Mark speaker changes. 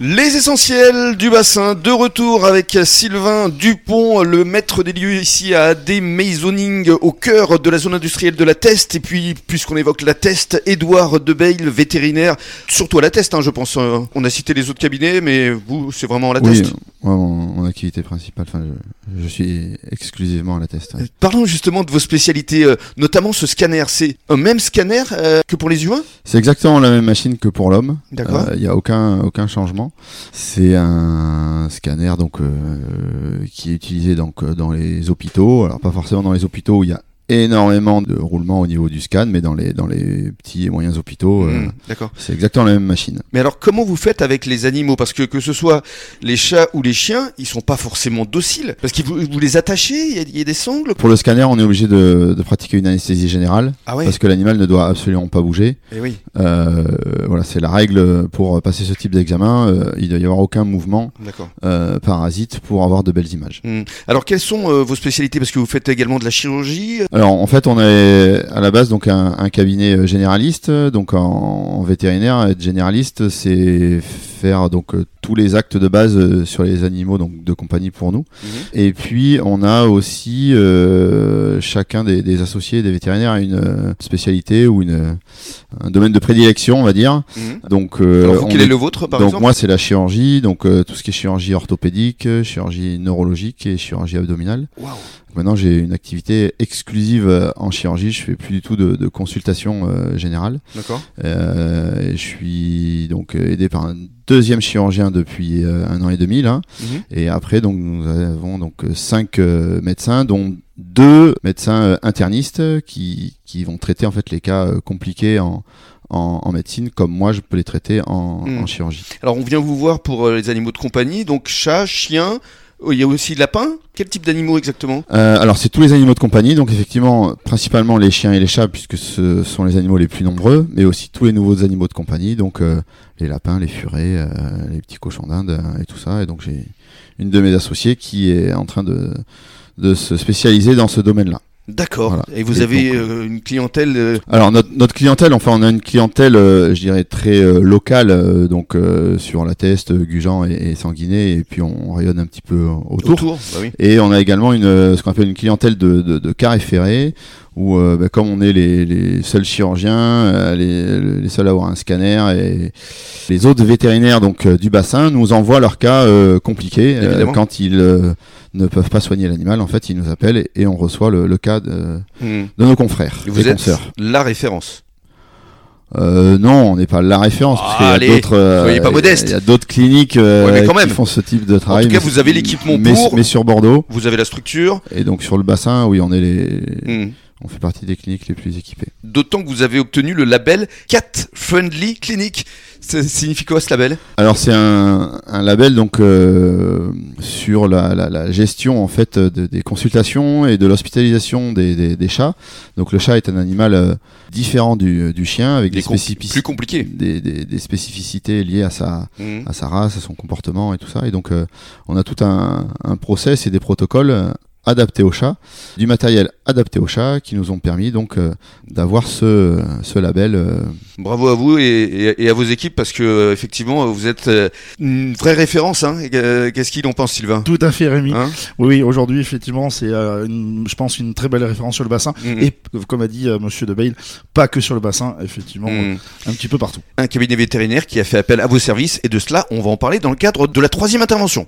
Speaker 1: Les essentiels du bassin, de retour avec Sylvain Dupont, le maître des lieux ici à AD Maisoning, au cœur de la zone industrielle de la Teste. Et puis, puisqu'on évoque la Teste, Édouard Debeil, vétérinaire, surtout à la Teste, hein, je pense. euh, On a cité les autres cabinets, mais vous, c'est vraiment la
Speaker 2: oui,
Speaker 1: Teste.
Speaker 2: ouais, mon, mon activité principale, enfin, je, je suis exclusivement à la test. ouais.
Speaker 1: Parlons justement de vos spécialités, euh, notamment ce scanner. C'est un même scanner euh, que pour les humains
Speaker 2: C'est exactement la même machine que pour l'homme. Euh,
Speaker 1: D'accord.
Speaker 2: Il n'y a aucun, aucun changement. C'est un scanner donc euh, qui est utilisé donc euh, dans les hôpitaux. Alors pas forcément dans les hôpitaux où il y a énormément de roulements au niveau du scan, mais dans les dans les petits et moyens hôpitaux, euh,
Speaker 1: Hmm, D'accord.
Speaker 2: c'est exactement la même machine.
Speaker 1: Mais alors, comment vous faites avec les animaux Parce que que ce soit les chats ou les chiens, ils sont pas forcément dociles. Parce que vous, vous les attachez, il y a- il y, a des sangles.
Speaker 2: Pour le scanner, on est obligé de, de pratiquer une anesthésie générale
Speaker 1: Ah ouais.
Speaker 2: parce que l'animal ne doit absolument pas bouger.
Speaker 1: Eh oui.
Speaker 2: Euh, voilà, c'est la règle pour passer ce type d'examen. euh, il doit y avoir aucun mouvement
Speaker 1: D'accord.
Speaker 2: euh, parasite pour avoir de belles images.
Speaker 1: Alors, quelles sont euh, vos spécialités Parce que vous faites également de la chirurgie. euh,
Speaker 2: Alors en fait, on est à la base donc un, un cabinet euh, généraliste, donc en, en vétérinaire, être généraliste, c'est faire donc euh, tous les actes de base euh, sur les animaux donc de compagnie pour nous.
Speaker 1: Mhm.
Speaker 2: Et puis on a aussi euh, chacun des, des associés des vétérinaires a une euh, spécialité ou une euh, un domaine de prédilection, on va dire.
Speaker 1: Mhm.
Speaker 2: Donc euh,
Speaker 1: alors, vous,
Speaker 2: on
Speaker 1: quel est...
Speaker 2: est-
Speaker 1: le vôtre, par
Speaker 2: donc
Speaker 1: exemple
Speaker 2: moi c'est la chirurgie, donc euh, tout ce qui est chirurgie orthopédique, euh, chirurgie neurologique et chirurgie abdominale.
Speaker 1: Waouh.
Speaker 2: Maintenant, j'ai une activité exclusive euh, en chirurgie. Je fais plus du tout de, de consultation euh, générale.
Speaker 1: D'accord.
Speaker 2: Euh, et je suis donc euh, aidé par un deuxième chirurgien depuis euh, un an et demi là.
Speaker 1: Mhm.
Speaker 2: Et après, donc nous avons donc euh, cinq euh, médecins, dont deux médecins euh, internistes euh, qui, qui vont traiter en fait les cas euh, compliqués en, en, en médecine, comme moi je peux les traiter en,
Speaker 1: Mhm.
Speaker 2: en chirurgie.
Speaker 1: Alors, on vient vous voir pour euh, les animaux de compagnie, donc chats, chiens. Oh, Il y a aussi lapins. Quel type d'animaux exactement
Speaker 2: Euh, alors c'est tous les animaux de compagnie, donc effectivement principalement les chiens et les chats puisque ce sont les animaux les plus nombreux, mais aussi tous les nouveaux animaux de compagnie, donc euh, les lapins, les furets, euh, les petits cochons d'Inde euh, et tout ça. Et donc j'ai une de mes associées qui est en train de, de se spécialiser dans ce domaine-là.
Speaker 1: D'accord.
Speaker 2: Voilà.
Speaker 1: Et vous
Speaker 2: Et
Speaker 1: avez
Speaker 2: donc,
Speaker 1: euh, une clientèle. euh,
Speaker 2: Alors notre, notre clientèle, enfin on a une clientèle, euh, je dirais très euh, locale, euh, donc euh, sur la Teste, Gujan et, et Sanguiné, et puis on rayonne un petit peu autour.
Speaker 1: autour. Bah oui.
Speaker 2: Et on a également une, euh, ce qu'on appelle une clientèle de, de, de cas référés, où euh, bah, comme on est les, les seuls chirurgiens, euh, les, les seuls à avoir un scanner, et les autres vétérinaires donc euh, du bassin nous envoient leurs cas euh, compliqués euh,
Speaker 1: Évidemment.
Speaker 2: quand ils euh, ne peuvent pas soigner l'animal. En fait, ils nous appellent et, et on reçoit le, le cas de, de
Speaker 1: Hmm.
Speaker 2: nos confrères
Speaker 1: Et Vous
Speaker 2: et
Speaker 1: êtes
Speaker 2: consoeurs.
Speaker 1: la référence.
Speaker 2: Euh, non, on n'est pas la référence
Speaker 1: Ah,
Speaker 2: parce qu'il y
Speaker 1: allez,
Speaker 2: a d'autres, euh,
Speaker 1: soyez pas
Speaker 2: il y a-
Speaker 1: modeste.
Speaker 2: Il y a d'autres cliniques euh,
Speaker 1: Ouais, mais quand même.
Speaker 2: qui font ce type de travail.
Speaker 1: tout cas,
Speaker 2: mais-
Speaker 1: vous avez l'équipement
Speaker 2: mais-
Speaker 1: pour.
Speaker 2: mais sur Bordeaux.
Speaker 1: Vous avez la structure.
Speaker 2: Et donc sur le bassin, oui, on est les,
Speaker 1: Hmm.
Speaker 2: on fait partie des cliniques les plus équipées.
Speaker 1: D'autant que vous avez obtenu le label Cat Friendly Clinic. Ça signifie quoi ce label
Speaker 2: Alors c'est un, un label donc euh, sur la, la- la gestion en fait de- des consultations et de l'hospitalisation des, des- des chats. Donc le chat est un animal euh, différent du, du chien avec des,
Speaker 1: Des com- Plus
Speaker 2: spécificités.
Speaker 1: compliqué.
Speaker 2: Des, des- des spécificités liées à sa,
Speaker 1: Mhm.
Speaker 2: à sa race, à son comportement et tout ça. Et donc, euh, on a tout un, un process et des protocoles euh, adaptés aux chats, du matériel adapté aux chats qui nous ont permis donc euh, d'avoir ce, ce label euh,
Speaker 1: Bravo à vous et, et- et à vos équipes parce que euh, effectivement vous êtes euh, une vraie référence. hein. Et, euh, Qu'est-ce qu'il en pense Sylvain
Speaker 3: Tout à fait, Rémi.
Speaker 1: Hein
Speaker 3: oui, oui, aujourd'hui, effectivement, c'est, euh, une- je pense, une très belle référence sur le bassin.
Speaker 1: Mhm.
Speaker 3: Et p- comme a dit euh, Monsieur De Bail, pas que sur le bassin, effectivement,
Speaker 1: Mhm.
Speaker 3: euh, un petit peu partout.
Speaker 1: Un cabinet vétérinaire qui a fait appel à vos services et de cela on va en parler dans le cadre de la troisième intervention.